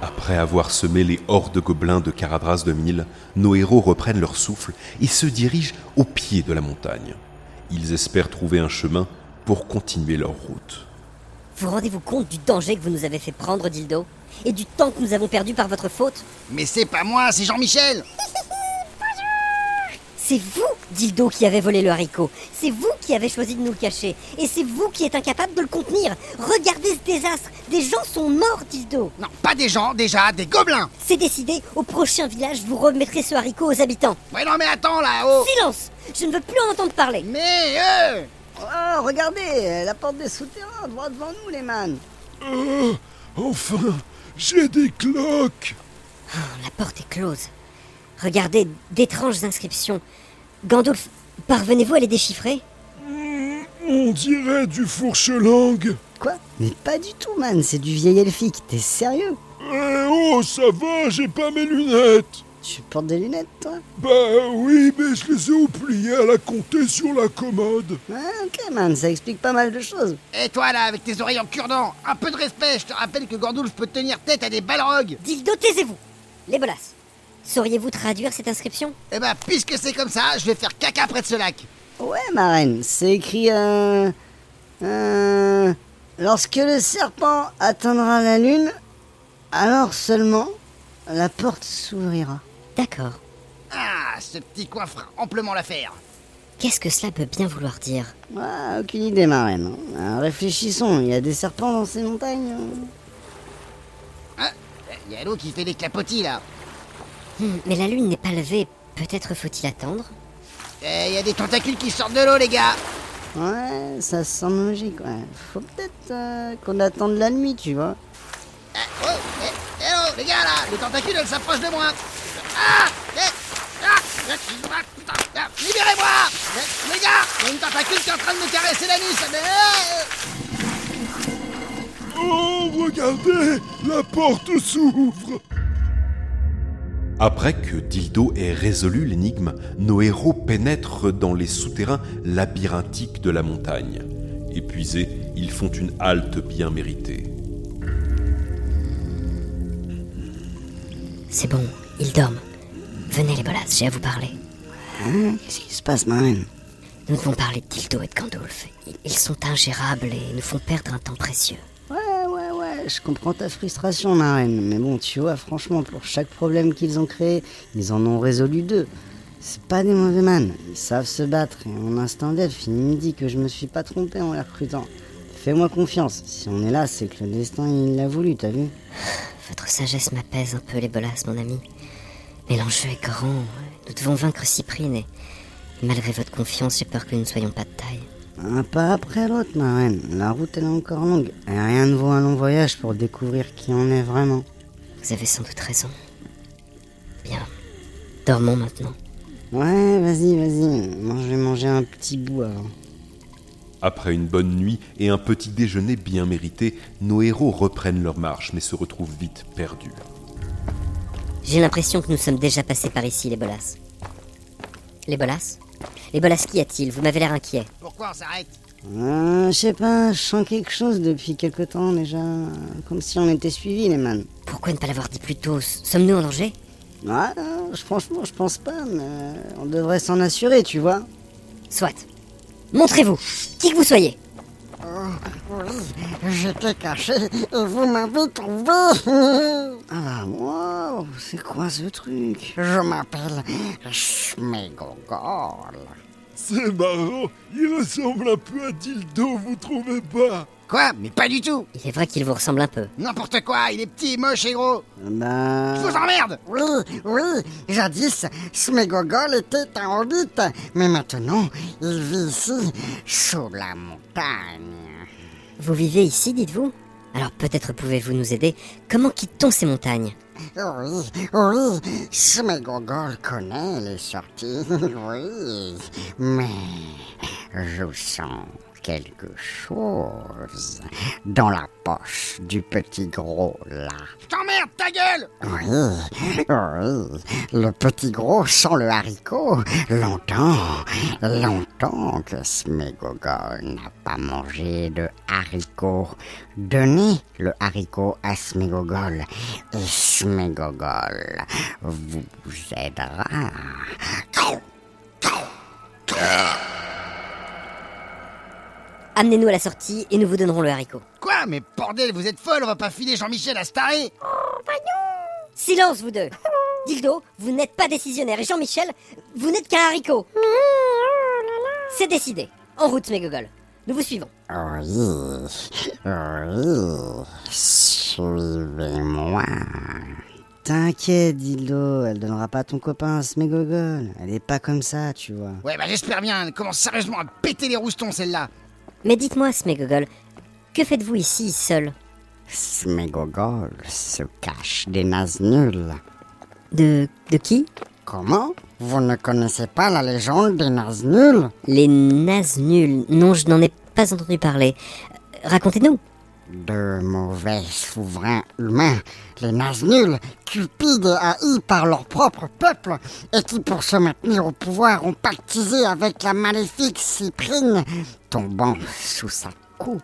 Après avoir semé les hordes gobelins de Caradras 2000, nos héros reprennent leur souffle et se dirigent au pied de la montagne. Ils espèrent trouver un chemin pour continuer leur route. Vous rendez-vous compte du danger que vous nous avez fait prendre, Dildo Et du temps que nous avons perdu par votre faute Mais c'est pas moi, c'est Jean-Michel C'est vous, Dildo, qui avez volé le haricot. C'est vous qui avez choisi de nous le cacher. Et c'est vous qui êtes incapable de le contenir. Regardez ce désastre. Des gens sont morts, Dildo. Non, pas des gens, déjà, des gobelins C'est décidé. Au prochain village, vous remettrez ce haricot aux habitants. Ouais, non, mais attends, là-haut Silence Je ne veux plus en entendre parler. Mais euh, eux Oh, regardez, la porte des souterrains, droit devant nous, les man. Euh, enfin, j'ai des cloques La porte est close. Regardez, d'étranges inscriptions. Gandalf, parvenez-vous à les déchiffrer On dirait du fourche-langue Quoi Mais pas du tout, man, c'est du vieil elfique, t'es sérieux Eh oh, ça va, j'ai pas mes lunettes Tu portes des lunettes, toi Bah oui, mais je les ai oubliées à la compter sur la commode Ouais, ok, man, ça explique pas mal de choses. Et toi, là, avec tes oreilles en cure-dent Un peu de respect, je te rappelle que Gordoulf peut tenir tête à des balrogs Dildo, taisez-vous Les bolasses Sauriez-vous traduire cette inscription Eh ben, puisque c'est comme ça, je vais faire caca près de ce lac Ouais, ma reine, c'est écrit euh, euh, Lorsque le serpent atteindra la lune, alors seulement la porte s'ouvrira. D'accord. Ah, ce petit coin fera amplement l'affaire Qu'est-ce que cela peut bien vouloir dire Ouais, aucune idée, ma reine. Euh, réfléchissons, il y a des serpents dans ces montagnes. Hein Il y a l'eau qui fait des clapotis, là Hmm, Mais la lune n'est pas levée. Peut-être faut-il attendre Eh, il y a des tentacules qui sortent de l'eau, les gars Ouais, ça semble logique, ouais. Faut peut-être euh, qu'on attende la nuit, tu vois. Eh, oh, eh, eh oh, les gars, là Les tentacules, elles s'approchent de moi Ah Eh Ah Ah, putain, ah, Libérez-moi Eh, Les gars Il y a une tentacule qui est en train de me caresser l'anus mais, eh, Oh, regardez, la porte s'ouvre Après que Dildo ait résolu l'énigme, nos héros pénètrent dans les souterrains labyrinthiques de la montagne. Épuisés, ils font une halte bien méritée. C'est bon, ils dorment. Venez les bolasses, j'ai à vous parler. Hein Qu'est-ce qui se passe, ma reine Nous devons parler de Dildo et de Gandalf. Ils- Ils sont ingérables et nous font perdre un temps précieux. Ouais, ouais, ouais, je comprends ta frustration, ma reine. Mais bon, tu vois, franchement, pour chaque problème qu'ils ont créé, ils en ont résolu deux. C'est pas des mauvais man, ils savent se battre. Et mon instinct d'elfe, il me dit que je me suis pas trompé en les recrutant. Fais-moi confiance, si on est là, c'est que le destin, il l'a voulu, t'as vu Votre sagesse m'apaise un peu les bolasses, mon ami. Mais l'enjeu est grand. Nous devons vaincre Cyprine et, malgré votre confiance, j'ai peur que nous ne soyons pas de taille. Un pas après l'autre, ma reine. La route, elle est encore longue. Et rien ne vaut un long voyage pour découvrir qui on est vraiment. Vous avez sans doute raison. Bien. Dormons maintenant. Ouais, vas-y, vas-y. Moi, je vais manger un petit bout avant. Après une bonne nuit et un petit déjeuner bien mérité, nos héros reprennent leur marche mais se retrouvent vite perdus. J'ai l'impression que nous sommes déjà passés par ici, les bolasses. Les bolasses Les bolasses, qu'y a-t-il Vous m'avez l'air inquiet. Pourquoi on s'arrête Euh, je sais pas, je sens quelque chose depuis quelque temps déjà. Comme si on était suivis, les man. Pourquoi ne pas l'avoir dit plus tôt S- Sommes-nous en danger Ouais, euh, je- franchement, je pense pas, mais on devrait s'en assurer, tu vois. Soit. Montrez-vous Qui que vous soyez J'étais caché et vous m'avez trouvé. ah, wow, c'est quoi ce truc Je m'appelle Schmegogol. C'est marrant, Oh, il ressemble un peu à Dildo, vous trouvez pas Quoi Mais pas du tout Il est vrai qu'il vous ressemble un peu. N'importe quoi, il est petit, moche et gros Bah. Je vous emmerde Oui, oui, jadis, Schmegogol était en orbite, mais maintenant, il vit ici, sous la montagne. Vous vivez ici, dites-vous Alors peut-être pouvez-vous nous aider. Comment quittons ces montagnes Oui, oui, Schmegogol connaît les sorties, oui, mais je sens quelque chose dans la poche du petit gros là. Je t'emmerde, ta gueule Oui, oui, le petit gros sent le haricot. Longtemps, longtemps que Smegogol n'a pas mangé de haricot. Donnez le haricot à Smegogol et Smegogol vous aidera. Amenez-nous à la sortie et nous vous donnerons le haricot. Quoi Mais bordel, vous êtes folle, on va pas filer Jean-Michel à Starry Silence, vous deux Dildo, vous n'êtes pas décisionnaire et Jean-Michel, vous n'êtes qu'un haricot C'est décidé. En route, mes gogoles. Nous vous suivons. Oui, oui, suivez-moi. T'inquiète, Dildo, elle donnera pas à ton copain à Smegogol. Elle est pas comme ça, tu vois. Ouais, bah j'espère bien, elle commence sérieusement à péter les roustons celle-là Mais dites-moi, Smegogol, que faites-vous ici, seul Smegogol se cache des nazes nuls. De... de qui Comment Vous ne connaissez pas la légende des nazes nuls Les nazes nuls. Non, je n'en ai pas entendu parler. Euh, Racontez-nous. De mauvais souverains humains, les nazes nuls, cupides et haïs par leur propre peuple, et qui pour se maintenir au pouvoir ont pactisé avec la maléfique Cyprine, tombant sous sa coupe.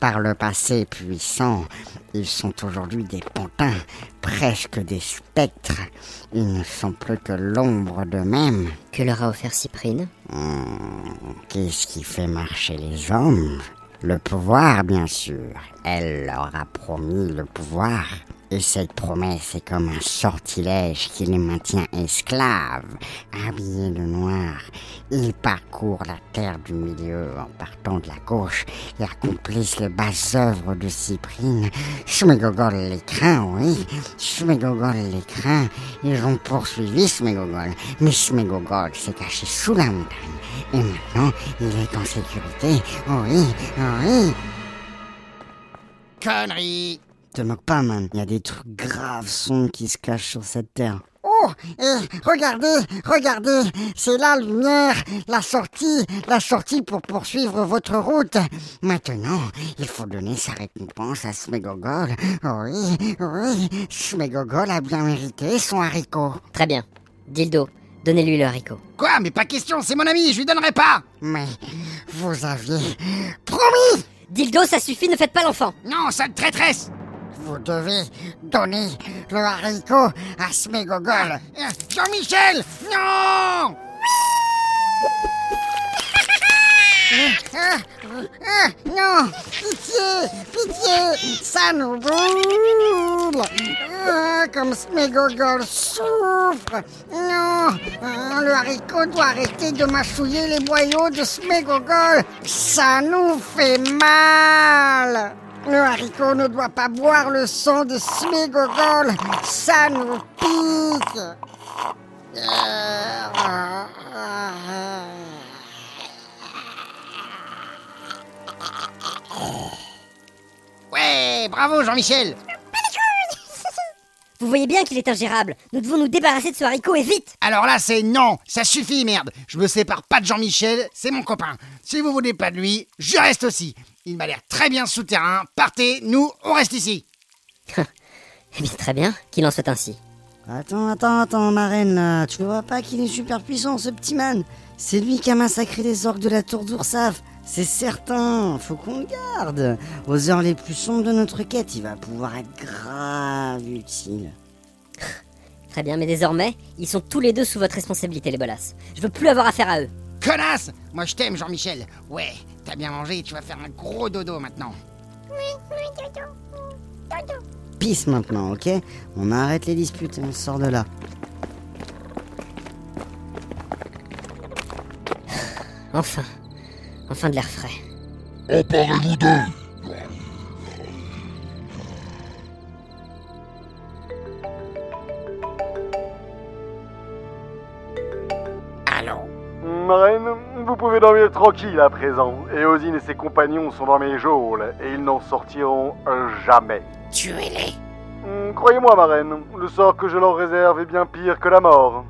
Par le passé puissant, ils sont aujourd'hui des pantins, presque des spectres. Ils ne sont plus que l'ombre d'eux-mêmes. Que leur a offert Cyprine Qu'est-ce qui fait marcher les hommes Le pouvoir, bien sûr. Elle leur a promis le pouvoir. Et cette promesse est comme un sortilège qui les maintient esclaves. Habillés de noir, ils parcourent la terre du milieu en partant de la gauche et accomplissent les basses œuvres de Cyprine. Smegogol les craint, oui. Smegogol les craint. Ils ont poursuivi Smegogol. Mais Smegogol s'est caché sous la montagne. Et maintenant, il est en sécurité. Oui, oui. Connerie Te moque pas, man. Il y a des trucs graves sombres qui se cachent sur cette terre. Oh, et regardez, regardez, c'est la lumière, la sortie, la sortie pour poursuivre votre route. Maintenant, il faut donner sa récompense à Smegogol. Oui, oui, Smegogol a bien mérité son haricot. Très bien. Dildo, donnez-lui le haricot. Quoi Mais pas question, c'est mon ami, je lui donnerai pas Mais vous aviez promis Dildo, ça suffit, ne faites pas l'enfant Non, sale traîtresse Vous devez donner le haricot à Smegogol. Euh, Jean-Michel Non Ah, ah, non, pitié, pitié, ça nous brûle. Ah, comme Smegogol souffre. Non, ah, le haricot doit arrêter de mâchouiller les boyaux de Smegogol. Ça nous fait mal. Le haricot ne doit pas boire le sang de Smegogol. Ça nous pique. Ah, ah, ah. Ouais, bravo Jean-Michel Vous voyez bien qu'il est ingérable. Nous devons nous débarrasser de ce haricot et vite Alors là, c'est non Ça suffit, merde Je me sépare pas de Jean-Michel, c'est mon copain. Si vous voulez pas de lui, je reste aussi. Il m'a l'air très bien souterrain. Partez, nous, on reste ici Eh bien, très bien, qu'il en soit ainsi. Attends, attends, attends, marraine, là. Tu vois pas qu'il est super puissant, ce petit man C'est lui qui a massacré les orques de la tour d'Oursaf. C'est certain, faut qu'on le garde. Aux heures les plus sombres de notre quête, il va pouvoir être grave utile. Très bien, mais désormais, ils sont tous les deux sous votre responsabilité, les bolasses. Je veux plus avoir affaire à eux. Connasse Moi je t'aime Jean-Michel. Ouais, t'as bien mangé, tu vas faire un gros dodo maintenant. Pisse maintenant, ok On arrête les disputes et on sort de là. Enfin. Enfin de l'air frais. Emparez-vous d'eux Allons. Marraine, vous pouvez dormir tranquille à présent. Éosine et ses compagnons sont dans mes geôles et ils n'en sortiront jamais. Tuez-les Hmm, Croyez-moi, marraine, le sort que je leur réserve est bien pire que la mort.